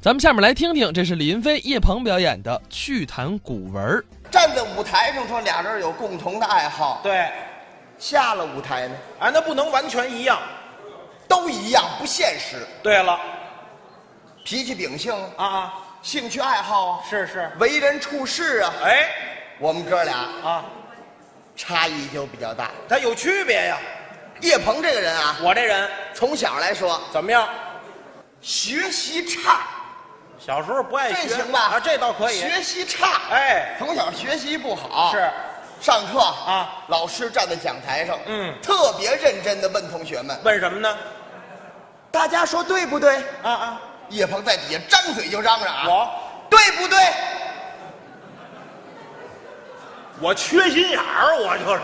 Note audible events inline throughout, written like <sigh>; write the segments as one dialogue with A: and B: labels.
A: 咱们下面来听听，这是林飞、叶鹏表演的《趣谈古文》。
B: 站在舞台上说俩人有共同的爱好，
C: 对，
B: 下了舞台呢
C: 啊，那不能完全一样。
B: 都一样，不现实。
C: 对了，
B: 脾气秉性啊，
C: 啊啊，
B: 兴趣爱好啊，
C: 是是，
B: 为人处事啊，
C: 哎，
B: 我们哥俩
C: 啊，
B: 差异就比较大。
C: 他有区别呀。
B: 叶鹏这个人啊，
C: 我这人
B: 从小来说
C: 怎么样？
B: 学习差，
C: 小时候不爱
B: 这
C: 学，
B: 行吧？
C: 啊，这倒可以。
B: 学习差，
C: 哎，
B: 从小学习不好，
C: 是
B: 上课
C: 啊，
B: 老师站在讲台上，
C: 嗯
B: 特别认真的问同学们
C: 问什么呢？：“
B: 大家说对不对
C: 啊啊，？”
B: 叶鹏在底下张嘴就嚷嚷啊，
C: 我
B: 对不对？
C: 我缺心眼儿，我就是。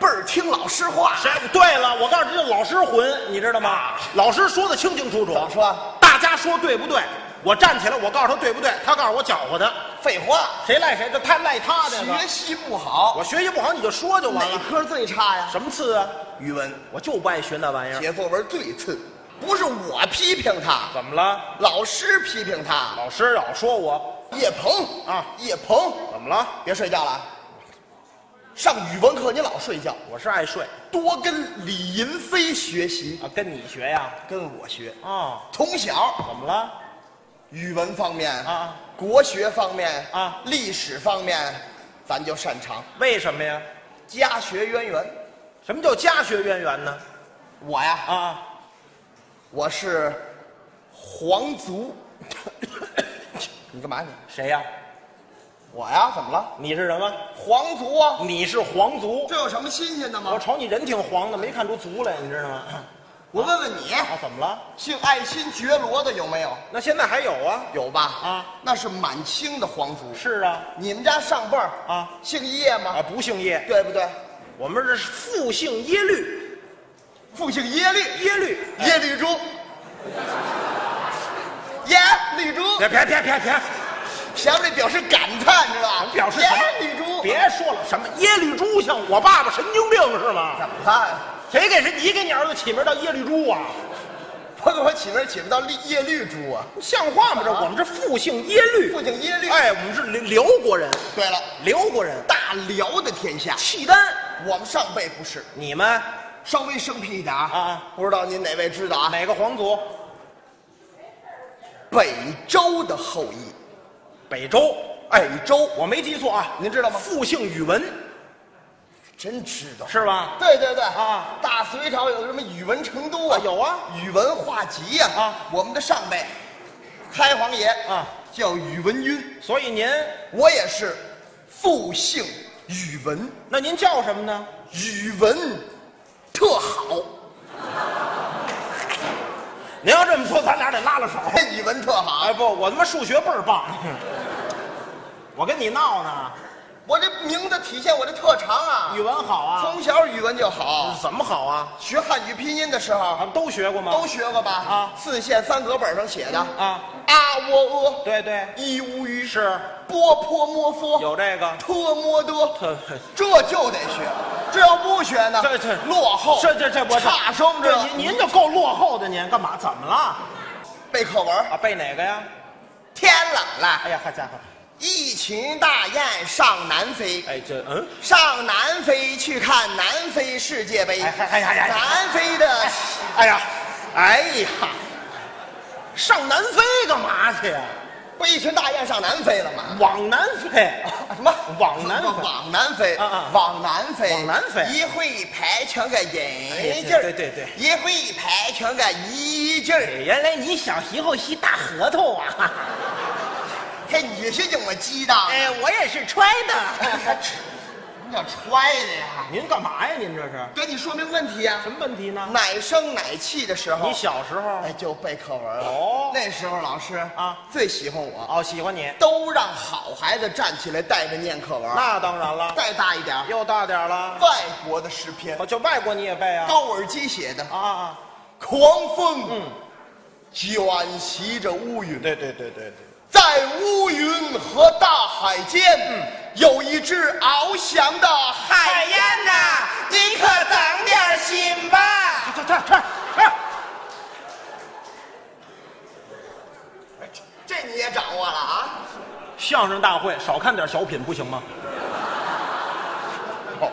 B: 倍儿听老师话。
C: 谁？对了，我告诉你，这老师混，你知道吗？老师说的清清楚楚。
B: 怎么说？
C: 大家说对不对？我站起来，我告诉他对不对，他告诉我搅和他，
B: 废话，
C: 谁赖谁？这他赖他这个
B: 学。习不好，
C: 我学习不好，你就说就完
B: 哪
C: 了。
B: 科最差呀？
C: 什么次啊？
B: 语文
C: 我就不爱学那玩意儿。
B: 写作文最次，不是我批评他，
C: 怎么了？
B: 老师批评他。
C: 老师老说我
B: 叶鹏
C: 啊
B: 叶鹏，
C: 怎么了？
B: 别睡觉了啊，上语文课你老睡觉，
C: 我是爱睡
B: 多跟李银飞学习，
C: 啊，跟你学呀。
B: 跟我学。
C: 啊，
B: 从小
C: 怎么了？
B: 语文方面
C: 啊，
B: 国学方面
C: 啊
B: 历史方面，咱就擅长，
C: 为什么呀？
B: 家学渊源。
C: 什么叫家学渊源呢？
B: 我呀，
C: 啊，
B: 我是皇族。你干嘛你？
C: 谁呀？
B: 我呀，怎么了？
C: 你是什么？
B: 皇族啊，
C: 你是皇族。
B: 这有什么新鲜的
C: 我
B: 吗？
C: 瞅你人挺黄的，没看出族来，你知道吗？
B: 我问问你，
C: 啊，怎么了？
B: 姓爱新觉罗的有没有？
C: 那现在还有啊？
B: 有吧？
C: 啊，
B: 那是满清的皇族。
C: 是啊，
B: 你们家上辈儿
C: 啊
B: 姓叶吗
C: 啊，？不姓叶，
B: 对不对？
C: 我们这是复姓耶律，
B: 父姓耶律，
C: 耶律。
B: 耶律朱，耶律朱。
C: 别别别别别！
B: 前面这表示感叹，知道吧？
C: 表示
B: 耶
C: 什么？
B: 律朱，
C: 别说了，什么耶律朱像我爸爸神经病是吗？
B: 怎么看？
C: 谁给谁？你给你儿子起名叫耶律朱啊？
B: 我给我起名起不到耶律朱啊。
C: 像话吗？这
B: 啊
C: 我们这复姓耶律
B: 父，亲耶律。
C: 哎，我们是辽辽国人，
B: 对了，
C: 辽国人，
B: 大辽的天下，
C: 契丹。
B: 我们上辈不是，
C: 你们
B: 稍微生僻一点啊。
C: 啊
B: 不知道您哪位知道啊？
C: 哪个皇族？
B: 北周的后裔，
C: 北周。哎
B: 北周，
C: 我没记错啊，
B: 您知道吗
C: 复姓宇文
B: 真知道。
C: 是吧？
B: 对对对
C: 啊！
B: 大隋朝有什么宇文成都啊
C: 啊？有啊，
B: 宇文化及呀
C: 啊！
B: 我们的上辈，开皇爷
C: 啊
B: 叫宇文赟，
C: 所以您，
B: 我也是复姓宇文，
C: 那您叫什么呢？
B: 宇文特好。
C: 您要这么说，咱俩得拉拉手。
B: 语文特好
C: 哎，，不，我他妈数学倍儿棒。我跟你闹呢，
B: 我这名字体现我的特长啊
C: 语。文好啊，
B: 从小语文就好，
C: 怎么好啊？
B: 学汉语拼音的时
C: 咱
B: 候
C: 们都学过吗？
B: 都学过吧？
C: 啊
B: 四线三格本上写的
C: 啊
B: 啊喔呃，
C: 对对，
B: 一无于是，
C: 是
B: 波泼摸佛，
C: 有这个。 <laughs>
B: 特摸的，
C: 这
B: 这就得学，这要不学呢，
C: 这这
B: 落后，
C: 这这这我
B: 差生
C: 哦这
B: 这
C: 您您就够落后的，您干嘛？怎么了？
B: 背课文。
C: 啊，背哪个呀？
B: 天冷了，
C: 哎呀，好家伙！
B: 一群大雁上南飞。
C: 哎，这嗯，
B: 上南非去看南非世界杯，
C: 哎哎哎哎哎
B: 南非的，
C: 哎呀，哎呀，上南非干嘛去呀？
B: 不一群大雁上南非了吗？
C: 往南 <laughs> 飞，
B: 什么
C: 往南飞
B: 往南飞
C: 啊啊
B: 往南飞，
C: 往南飞
B: 一会排成个
C: 哎
B: 银劲
C: 对
B: 儿，
C: 对对对
B: 一会排成个一劲儿。
C: 原来你小时候吸大核桃啊？
B: 嘿，你是怎么知道？
C: 哎，我也是揣的。
B: 你叫揣的呀？
C: 哎您干嘛呀？您这是
B: 跟你说明问题呀
C: 什。么问题呢？
B: 奶声奶气的时候
C: 你，小时候
B: 哎，就背课文了。
C: 哦
B: 那时候老师
C: 啊
B: 最喜欢我，
C: 哦，喜欢你，
B: 都让好孩子站起来带着念课文。
C: 那当然了，
B: 再大一点儿，
C: 又大点儿了，
B: 外国的诗篇，
C: 哦，就外国你也背啊？
B: 高尔基写的。
C: 啊啊！
B: 狂风，卷袭着乌云，
C: 嗯对对对对对。
B: 在乌云和大海间，有一只翱翔的海燕呐、您可长点心吧。
C: 这这这这！
B: 这你也掌握了啊？
C: 相声大会少看点小品不行吗？哦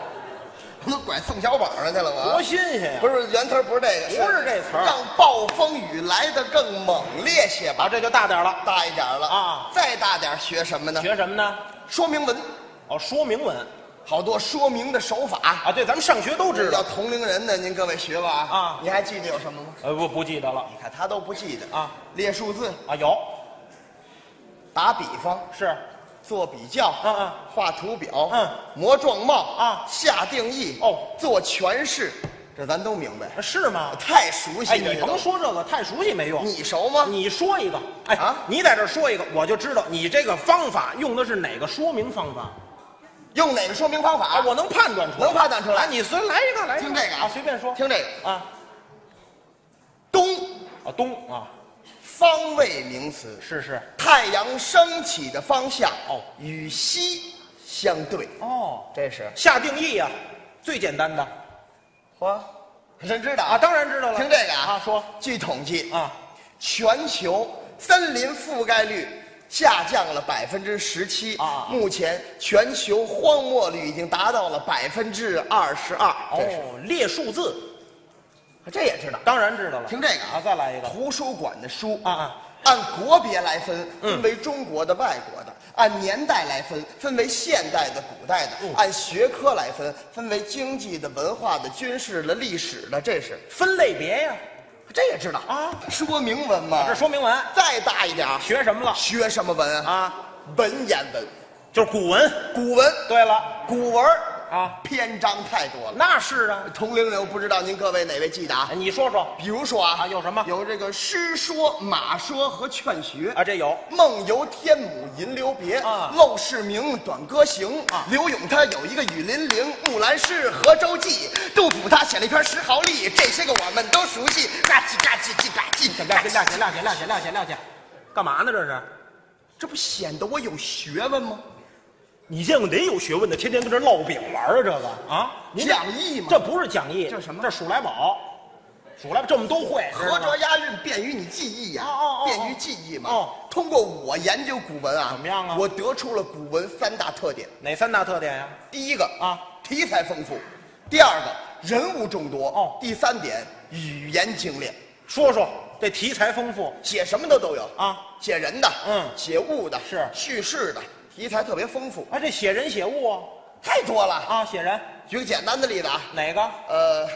B: 你都拐宋小宝上去了吗？
C: 多新鲜呀！
B: 不是原词儿不是这个，
C: 不是这词儿
B: 让暴风雨来得更猛烈些吧，
C: 啊，这就大点了。
B: 大一点了
C: 啊
B: 再大点儿学什么呢？
C: 学什么呢？
B: 说明文，
C: 哦，说明文
B: 好多说明的手法。
C: 啊，对，咱们上学都知
B: 要
C: 道。
B: 同龄人的，您各位学过啊？
C: 啊
B: 你还记得有什么吗？
C: 呃，不不记得了
B: 你看他都不记得
C: 啊，
B: 列数字，
C: 啊，有
B: 打比方，
C: 是
B: 做比较，
C: 嗯嗯
B: 画图表，
C: 嗯，
B: 模状貌
C: 啊
B: 下定义
C: 哦
B: 做诠释，这咱都明白，
C: 是吗？
B: 太熟悉
C: 哎，
B: 了。
C: 你甭，说这个，太熟悉没用。
B: 你熟吗？
C: 你说一个，哎
B: 啊
C: 你在这儿说一个，我就知道你这个方法用的是哪个说明方法
B: 用哪个说明方法？
C: 啊，我能判断出来，
B: 能判断出来
C: 啊你随来一个，来一
B: 听这个
C: 啊，随便说。
B: 听这个，
C: 啊
B: 东
C: 啊，东啊，
B: 方位名词，
C: 是是
B: 太阳升起的方向
C: 哦
B: 与西相对，
C: 哦，
B: 这是
C: 下定义呀、最简单的
B: 嚯，还真知道
C: 啊，当然知道了。
B: 听这个啊
C: 啊，说
B: 据统计，
C: 啊，
B: 全球森林覆盖率下降了百分之十七
C: 啊
B: 目前全球荒漠率已经达到了百分之二十二，这是
C: 哦，列数字，
B: 这也知道。
C: 当然知道了。
B: 听这个啊
C: 啊，再来一个
B: 图书馆的书
C: 啊啊，
B: 按国别来分，
C: 嗯
B: 分为中国的、外国的；按年代来分，分为现代的、古代的；
C: 嗯
B: 按学科来分，分为经济的、文化的、军事的、历史的。这是
C: 分类别呀、
B: 这也知道
C: 啊
B: 说明文嘛，
C: 这说明文
B: 再大一点儿，
C: 学什么了
B: 学什么文啊？
C: 啊？
B: 文言文、
C: 就是古文。
B: 古文、
C: 对了
B: 古文儿
C: 啊，
B: 篇章太多了。
C: 那是啊，
B: 同龄人，我不知道您各位哪位记得啊？
C: 你说说
B: 比如说啊，
C: 啊有什么
B: 有这个诗说、马说和劝学
C: 啊，这有
B: 梦游天姥吟留别，
C: 啊
B: 陋室铭短歌行，刘永他有一个《雨霖铃》，木兰诗《河州记》，杜甫他写了一篇《石壕吏》，这些个我们都熟悉。嘎叽嘎叽叽嘎叽，哎
C: 怎么样？撂下，撂下，撂下，撂下，撂下，干嘛呢？这是？
B: 这不显得我有学问吗？
C: 你见过得有学问的，天天跟这烙饼玩啊？这个啊，您这
B: 讲义吗
C: 这不是讲义，
B: 这什么
C: 这数来宝，数来宝，这我们都会。
B: 合
C: 知道
B: 辙
C: 吗
B: 押韵便于你记忆呀、
C: 哦哦哦哦
B: 便于记忆嘛。
C: 哦
B: 通过我研究古文啊，
C: 怎么样啊
B: 我得出了古文三大特点：
C: 哪三大特点呀、
B: 第一个
C: 啊，
B: 题材丰富；第二个，人物众多；
C: 哦
B: 第三点，语言精炼。
C: 说说这题材丰富
B: 写什么的都有
C: 啊，
B: 写人的，
C: 嗯
B: 写物的，
C: 是
B: 叙事的，题材特别丰富，
C: 啊，这写人写物啊
B: 太多了。
C: 啊，写人
B: 举个简单的例子啊，
C: 哪个？
B: 呃，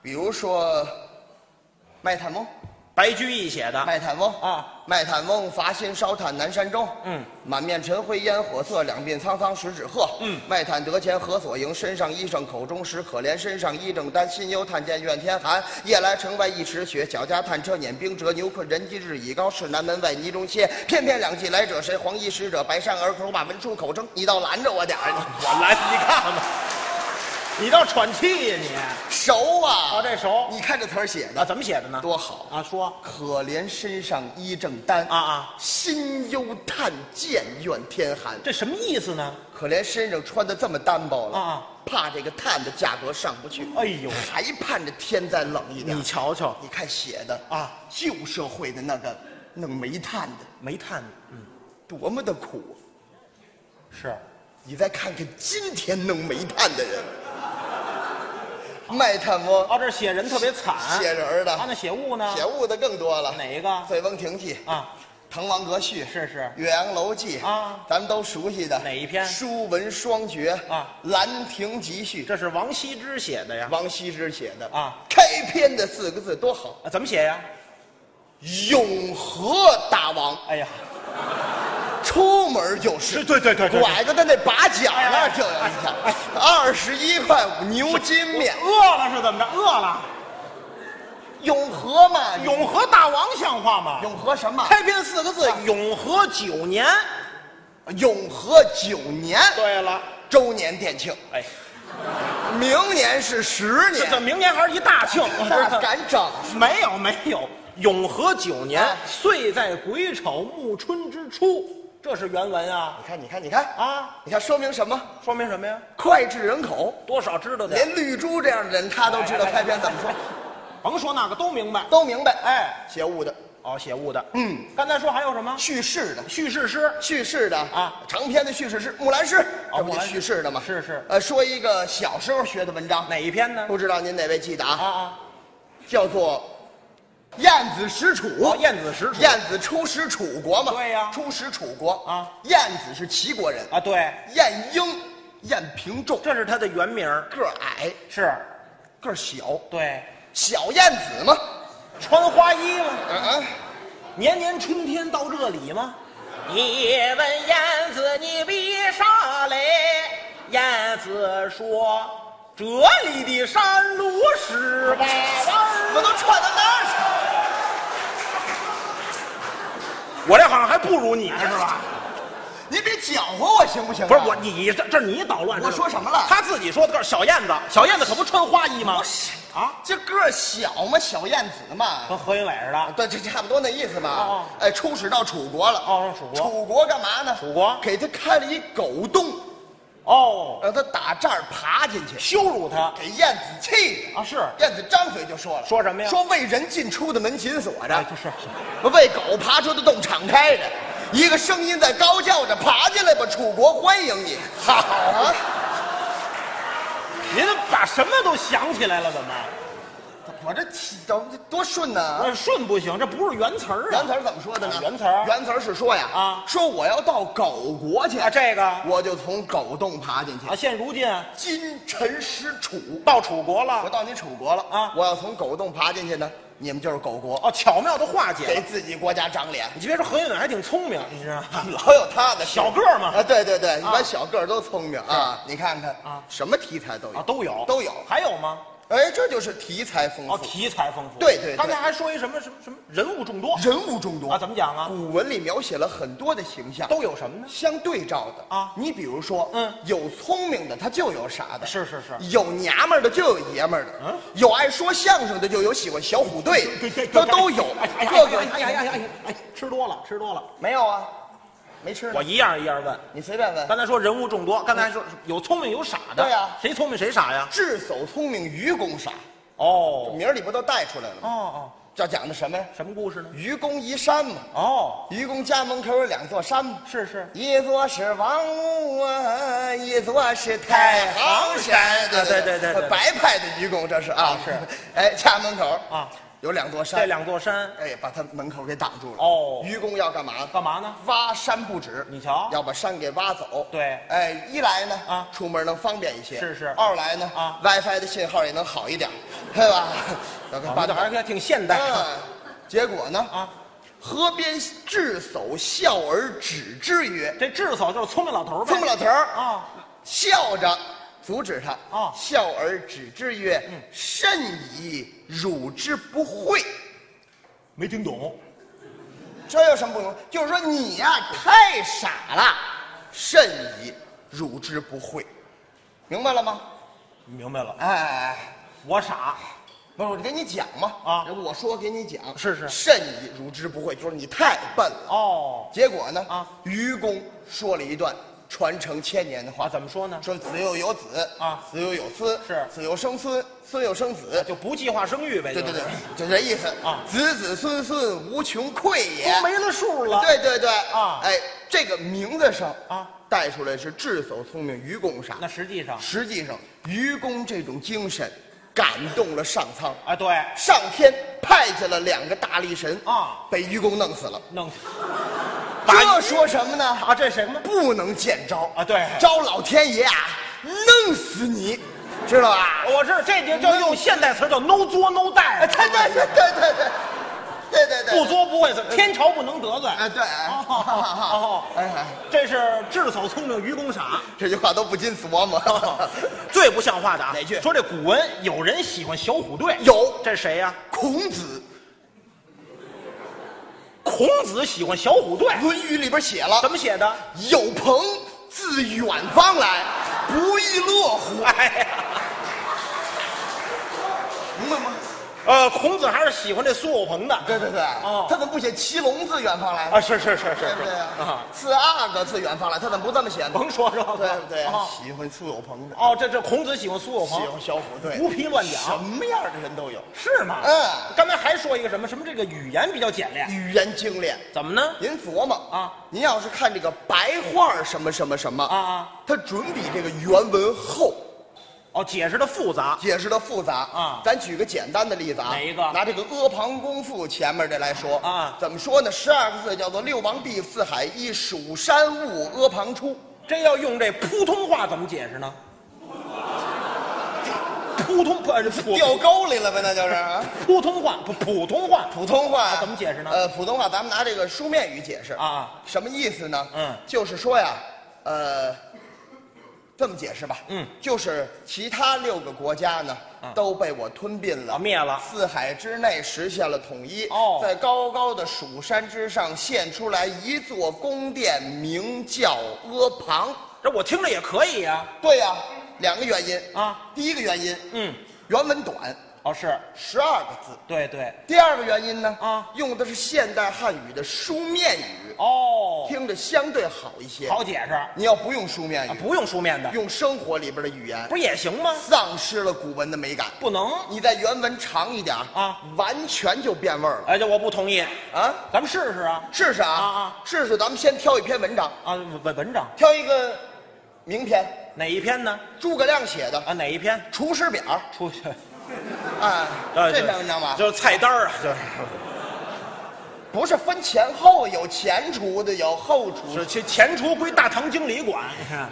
B: 比如说《卖炭翁》，
C: 白居易写的
B: 卖炭翁
C: 啊，
B: 卖炭翁伐薪烧炭南山中。
C: 嗯，
B: 满面尘灰烟火色，两鬓苍苍十指鹤。
C: 嗯
B: 卖炭得钱何所营？身上衣裳口中食，可怜身上衣正单。心忧炭贱怨天寒。夜来城外一池雪，脚家炭车碾冰辙。牛困人饥日已高，市南门外泥中歇。偏偏两骑来者谁？黄衣使者白扇儿口把门出口争。你倒拦着我点儿，你 <laughs>
C: 我来，你看吧，你倒喘气呀、
B: 熟啊？
C: 啊这熟
B: 你看这词儿写
C: 你啊，
B: 的
C: 怎么写的呢？
B: 多好！
C: 啊，说
B: 可怜身上衣正单
C: 啊啊，
B: 心忧炭贱怨天寒。
C: 这什么意思呢？
B: 可怜身上穿的这么单薄了，
C: 啊啊
B: 怕这个炭的价格上不去，
C: 哎呦
B: 还盼着天再冷一点。
C: 你
B: 你
C: 瞧瞧，
B: 看写的
C: 啊，
B: 旧社会的那个弄煤炭的
C: 煤炭，嗯，
B: 多么的苦啊、
C: 是
B: 你再看看今天弄煤炭的人，卖炭翁、
C: 啊啊，这写人特别惨，
B: 写人儿的
C: 啊，那写物呢？
B: 写物的更多了，
C: 哪一个
B: 《醉翁亭记》
C: 啊？
B: 滕王阁序
C: 是是
B: 岳阳楼记
C: 啊
B: 咱们都熟悉的
C: 哪一篇
B: 书文双绝
C: 啊
B: 兰亭集序，
C: 这是王羲之写的呀？
B: 王羲之写的
C: 啊，
B: 开篇的四个字多好，
C: 啊，怎么写呀？
B: 永和大王，
C: 哎呀，
B: 出门就是。
C: 对对对
B: 拐着他那把角
C: 哎
B: 那
C: 哎
B: 儿就有一条，二十一块五牛筋面，
C: 饿了是怎么着？饿了，
B: 永和嘛，永
C: 永和大王像话吗？
B: 永和什么？
C: 开篇四个字，永和九年。
B: 永和九年
C: 对了，
B: 周年店庆，
C: 哎，
B: 明年是十
C: 这怎
B: 年，
C: 么明年还是一 <laughs> 大庆？
B: 那敢整？
C: 没有没有，永和九年
B: 啊，
C: 岁在癸丑暮春之初，这是原文啊
B: 你看，你看，你看，
C: 啊，
B: 你看说明什么？
C: 说明什么呀？
B: 脍炙人口，
C: 多少知道点，
B: 连绿珠这样的人他都知道开篇怎么说，
C: 甭说那个都明白
B: 都明白。
C: 哎，
B: 写物的，
C: 哦，写物的。
B: 嗯，
C: 刚才说还有什么？
B: 叙事的，
C: 叙事诗。
B: 叙事的
C: 啊
B: 长篇的叙事诗，《木兰诗》
C: 哦
B: 这不
C: 木
B: 就
C: 兰诗
B: 叙事的吗？
C: 是是
B: 呃，说一个小时候学的文章，
C: 哪一篇呢？
B: 不知道您哪位记得
C: 啊
B: 啊？
C: 啊！
B: 叫做《晏子使楚》。
C: 哦，晏子使楚。
B: 晏子出使楚国嘛？
C: 对呀
B: 出使楚国
C: 啊
B: 晏子是齐国人，
C: 啊，对，
B: 晏婴、晏平仲，
C: 这是他的原名儿。
B: 个儿矮，
C: 是，
B: 个儿小，
C: 对，
B: 小晏子嘛。
C: 穿花衣吗？
B: 嗯嗯，
C: 年年春天到这里吗？
D: 你问燕子，你为啥来？燕子说
C: 这里的山路十八弯。
B: 我都串到那儿去了。
C: 我这好像还不如你呢，是吧？
B: 您别搅和我行不行啊、
C: 不是我，你这这你捣乱。
B: 我说什么了
C: 他自己说的，告诉小燕子，小燕子可不穿花衣吗？不是啊，
B: 这个儿小嘛，小燕子嘛。
C: 和何云伟似的。
B: 对，这差不多那意思吧。
C: 哦哦
B: 哎，出使到楚国了。
C: 哦楚国
B: 楚国干嘛呢？
C: 楚国
B: 给他开了一狗洞，
C: 哦，
B: 让他打这儿爬进去，
C: 羞辱他
B: 给燕子气的
C: 啊是
B: 燕子张嘴就说了，
C: 说什么呀
B: 说为人进出的门紧锁着，
C: 哎不是是
B: 为狗爬出的洞敞开着。一个声音在高叫着：“爬进来吧，楚国欢迎你！”好啊，
C: 您把什么都想起来了，怎么？
B: 我这气怎么多顺呢、
C: <laughs> 那顺不行，这不是原词儿啊
B: 原词。儿怎么说的呢
C: 啊？原词儿
B: 原词儿是说呀，
C: 啊
B: 说我要到狗国去
C: 啊，这啊个啊，
B: 我就从狗洞爬进去。
C: 现如今
B: 今臣失楚，
C: 到楚国
B: 我
C: 了。
B: 到你楚国了
C: 啊
B: 我要从狗洞爬进去呢，你们就是狗国，
C: 哦，巧妙的化解
B: 给
C: 了。
B: 自己国家长脸。
C: 你别说何云伟还挺聪明，你知道吗？
B: 老有他的事
C: 小个儿嘛
B: 啊，对对对，一般小个儿都聪明啊。你看看
C: 啊
B: 什么题材都有
C: 啊，都有
B: 都有。
C: 还有吗？
B: 哎，这就是题材丰
C: 哦，
B: 富，
C: 题材丰富。
B: 对对对
C: 刚才还说一什么什么什么人物众多
B: 人物众多
C: 啊？怎么讲啊？
B: 古文里描写了很多的形象，
C: 都有什么呢？
B: 相对照的
C: 啊
B: 你比如说，
C: 嗯
B: 有聪明的他就有傻的，
C: 是是是
B: 有娘们儿的就有爷们儿的，
C: 嗯，
B: 有爱说相声的就有喜欢小虎队
C: 对对，
B: 他都有
C: 哎，呀
B: 各个
C: 哎呀哎呀哎呀哎呀哎呀！吃多了，吃多了。
B: 没有啊，没吃呢，
C: 我一样一样问。
B: 你随便问。
C: 刚才说人物众多，刚才说有聪明有傻的。
B: 对呀
C: 谁聪明谁傻呀？
B: 智叟聪明愚公傻，
C: 哦
B: 名儿里不都带出来了
C: 哦
B: 吗？
C: 哦，
B: 这讲的什么呀？
C: 什么故事呢？
B: 愚公移山嘛，
C: 哦，
B: 愚公家门口有两座山嘛，
C: 是是
B: 一座是王屋啊，一座是太行山。
C: 啊对对对对对对
B: 白派的愚公这是啊
C: 啊，是，
B: 哎，家门口
C: 啊，
B: 有两座山，
C: 这两座山
B: 哎，把他门口给挡住了。
C: 哦
B: 愚公要干嘛？
C: 干嘛呢？
B: 挖山不止，
C: 你瞧
B: 要把山给挖走。
C: 对
B: 哎，一来呢，
C: 啊
B: 出门能方便一些，
C: 是是
B: 二来呢，
C: 啊
B: ，WiFi 的信号也能好一点，对吧？要给
C: 我
B: 挖
C: 们
B: 走
C: 这哦还是挺现代
B: 嗯，结果呢，
C: 啊。
B: 河边智叟笑而止之曰
C: 这智叟就是聪明老头儿：“呗。
B: 聪明老头儿
C: 啊，
B: 笑着阻止他。”
C: 哦
B: 笑而止之曰：“甚矣，汝之不会。”
C: 没听懂。
B: 这有什么不能？就是说你呀、太傻了，甚矣，汝之不会，明白了吗？
C: 明白了，
B: 哎哎，哎
C: 我傻。
B: 不是我给你讲嘛
C: 啊
B: 我说给你讲，
C: 是是
B: 甚矣，汝之不会，就是你太笨了。
C: 哦，
B: 结果呢？
C: 啊，
B: 愚公说了一段传承千年的话，
C: 啊，怎么说呢？
B: 说子又有子
C: 啊
B: 子又有孙
C: 是啊
B: 子又生孙，孙又生子，
C: 就不计划生育呗。
B: 对对
C: 就是
B: 对，就这意思
C: 啊
B: 子子孙孙无穷匮也，
C: 都没了数了。
B: 哎对对对
C: 啊
B: 哎，这个名字上
C: 啊
B: 带出来是智叟聪明，愚公傻。
C: 那啊实际上，
B: 实际上，愚公这种精神感动了上苍，
C: 啊，对，
B: 上天派下了两个大力神
C: 啊，
B: 被愚公弄死了。
C: 弄
B: 这说什么呢？
C: 啊，这什么？
B: 不能见招
C: 啊对
B: 招老天爷啊，弄死你，知道吧？
C: 我是这就叫用现代词儿叫 no 作 no
B: 哎，
C: 带，
B: 对对对对对对，对对对，
C: 不作不会死，天朝不能得罪。
B: 哎对，哎
C: 哦
B: 哈哈哈
C: 哦
B: 哎哎，
C: 这是智叟聪明愚公傻，
B: 这句话都不禁琢磨。
C: 最不像话的啊！
B: 哪句
C: 说这古文有人喜欢小虎队，
B: 有
C: 这谁呀、
B: 孔子
C: 孔子喜欢小虎队，
B: 《论语》里边写了，
C: 怎么写的？
B: 有朋自远方来，不亦乐乎，
C: 哎呀，
B: 明白吗？
C: 呃，孔子还是喜欢这苏有朋的。
B: 对对对，
C: 哦
B: 他怎么不写骑龙自远方来呢？
C: 啊，是是是是
B: 对不
C: 是
B: 对啊
C: 啊，？
B: 四阿哥自远方来，他怎么不这么写呢？
C: 甭说这个，
B: 对不对？
C: 啊
B: 喜欢苏有朋的，
C: 哦，这这孔子喜欢苏有朋
B: 喜，欢小虎队，
C: 胡皮乱
B: 什
C: 讲，
B: 么样的人都有，
C: 是吗？
B: 嗯
C: 刚才还说一个什么什么这个语言比较简练，
B: 语言精炼。
C: 怎么呢？
B: 您琢磨
C: 啊，
B: 您要是看这个白话什么什么什么
C: 啊啊，
B: 它准比这个原文厚，
C: 哦，解释的复杂，
B: 解释的复杂
C: 啊
B: 咱举个简单的例子啊，
C: 哪一个
B: 拿这个阿房宫赋前面这来说
C: 啊
B: 怎么说呢？十二个字叫做六王地四海一蜀山兀阿房出，
C: 这要用这普通话怎么解
B: <laughs>
C: 释呢？普通不呃普
B: 掉沟里了呗，那就是啊
C: 普通话不普通话
B: 普通话、
C: 啊怎么解释呢
B: 呃，普通话咱们拿这个书面语解释
C: 啊，
B: 什么意思呢？
C: 嗯
B: 就是说呀，呃，这么解释吧，
C: 嗯，
B: 就是其他六个国家呢、都被我吞并了，
C: 啊灭了
B: 四海之内实现了统一。
C: 哦
B: 在高高的蜀山之上现出来一座宫殿，名叫阿房。
C: 这我听着也可以呀、
B: 对呀、两个原因
C: 啊，
B: 第一个原因，
C: 嗯，
B: 原文短，
C: 哦是，
B: 十二个字。
C: 对对，
B: 第二个原因呢？
C: 啊
B: 用的是现代汉语的书面语，
C: 哦，
B: 听着相对好一些。
C: 好，解释，
B: 你要不用书面
C: 啊
B: 语，
C: 不用书面的，
B: 用生活里边的语言，
C: 不是也行吗？
B: 丧失了古文的美感。
C: 不能，
B: 你在原文长一点
C: 啊，
B: 完全就变味儿了
C: 哎，这我不同意，
B: 啊！
C: 咱们试试啊
B: 试试啊，
C: 啊啊
B: 试试，咱们先挑一篇文章，
C: 啊文文章
B: 挑一个名篇，
C: 哪一篇呢？
B: 诸葛亮写的
C: 啊
B: 《
C: 哪一篇？
B: 厨师表》
C: 出去，
B: 啊，
C: 呃
B: 这篇文章吧，
C: 就是菜单儿啊，就是。
B: 不是分前后，有前厨的，有后厨的，
C: 是前前厨归大堂经理管，你看，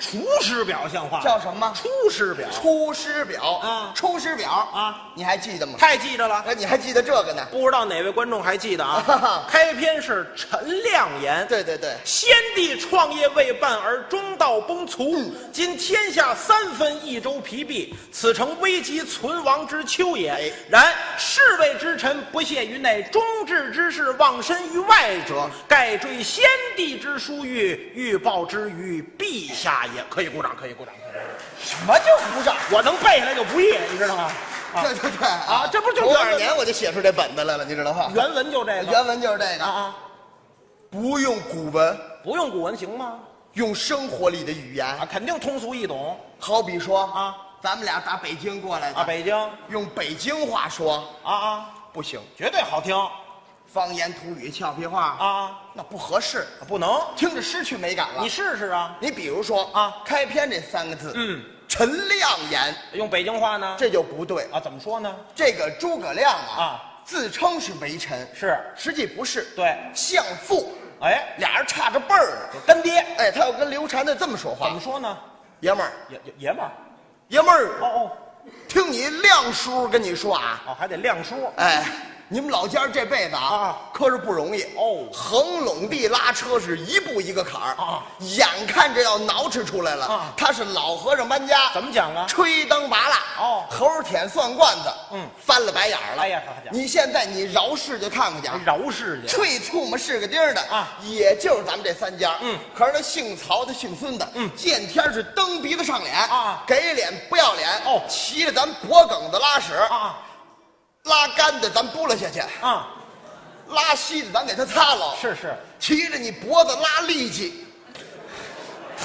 C: 厨师表像话吗
B: 叫什么
C: 厨师表，
B: 出师表
C: 啊
B: 出师表
C: 啊，
B: 你还记得吗？
C: 太记着了。
B: 哎，你还记得这个呢？
C: 不知道哪位观众还记得
B: 啊哈哈
C: 啊？开篇是陈亮言，
B: 对对对，
C: 先帝创业未半而中道崩殂，今天下三分，益州疲弊，此诚危急存亡之秋
B: 哎
C: 也。然士谓之臣不屑于内，忠志之士忘身于外者，盖追先帝之殊遇，欲报之于陛下也。可以鼓掌，可以鼓掌。可以鼓掌
B: 什么叫不上？
C: 我能背下来就不易，你知道吗？啊
B: 对对对
C: 啊这不就
B: 头
C: 原
B: 二
C: 文
B: 年我就写出这本子来了，你知道吗？
C: 原文就这个
B: 原文就是这
C: 啊
B: 个，
C: 啊，
B: 不用古文，
C: 不用古文行吗？
B: 用生活里的语
C: 啊，
B: 言，
C: 肯定通俗易懂
B: 好比说
C: 啊，
B: 咱们俩打北京过来
C: 啊，
B: 的，
C: 北京啊
B: 用北京话说
C: 啊，
B: 不行，
C: 绝对好听
B: 方言土语俏皮话
C: 啊，
B: 那不合适，
C: 不能。
B: 听着失去美感了
C: 你。试试啊，
B: 你比如说
C: 啊
B: 开篇这三个字，
C: 嗯，
B: 陈亮言，
C: 用北京话呢？
B: 这就不对。
C: 啊，怎么说呢？
B: 这个诸葛亮啊，
C: 啊
B: 自称是为臣，
C: 是
B: 实际不是。
C: 对
B: 相父，
C: 哎，
B: 俩人差着辈儿呢。
C: 干爹
B: 哎，他要跟刘禅的这么说
C: 怎
B: 话
C: 么，说呢？
B: 爷们儿，
C: 爷爷爷们儿，
B: 爷们儿，
C: 哦哦
B: 听你亮叔跟你说啊，
C: 哦，还得亮叔，
B: 哎，你们老家这辈子啊，
C: 啊
B: 可是不容易
C: 哦
B: 横垄地拉车是一步一个坎儿
C: 啊
B: 眼看着要挠吃出来了。
C: 啊
B: 他是老和尚搬家，
C: 怎么讲啊
B: 吹灯拔蜡，
C: 哦
B: 猴儿舔蒜罐子，
C: 嗯
B: 翻了白眼儿了。
C: 哎呀好家伙
B: 你现在你饶世界看看去啊。
C: 饶世界
B: 脆醋嘛是个丁儿的
C: 啊
B: 也就是咱们这三家。
C: 嗯，
B: 可是那姓曹的、姓孙的，
C: 嗯
B: 见天是蹬鼻子上脸
C: 啊
B: 给脸不要脸
C: 哦
B: 骑着咱脖梗子拉屎
C: 啊
B: 拉干的咱拨拉下去，
C: 啊，
B: 拉稀的咱给他擦了，
C: 是是，
B: 骑着你脖子拉力气，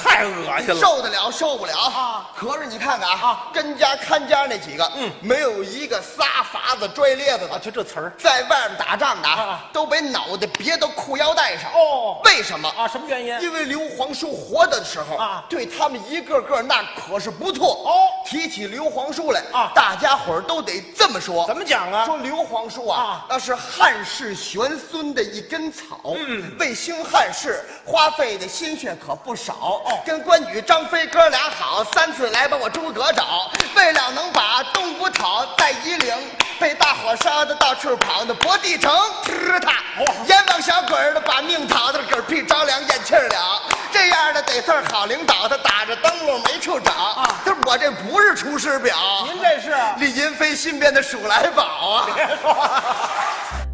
C: 太恶心了。
B: 受得了受不了
C: 哎啊！
B: 可是你看看啊
C: 啊，
B: 跟家看家那几个，
C: 嗯
B: 没有一个仨法子拽咧子
C: 啊，
B: 的，
C: 就这词儿
B: 在外面打仗的啊
C: 啊，
B: 都把脑袋别到裤腰带上。
C: 哦
B: 为什么？
C: 啊，什么原因？
B: 因为刘皇叔活着的时候
C: 啊
B: 对他们一个个那可是不错
C: 哦
B: 提起刘皇叔来
C: 啊
B: 大家伙儿都得这么说。
C: 怎么讲
B: <laughs>
C: 啊？
B: 说刘皇叔啊
C: 啊，
B: 那是汉室玄孙的一根草，嗯，为兴汉室花费的心血可不少。哦，跟关羽、张飞哥俩好，三次来把我诸葛找，为了能把东吴讨，在夷陵被大火烧的到处跑，那博地城吃他，阎王小鬼儿的把命逃的嗝屁着凉，咽气儿了。这样的得算好领导，他打着灯笼没处找啊！他说我这不是《出师表》，
C: 您这是
B: <laughs> 李银飞新编的《鼠来宝》啊。
C: 别说了。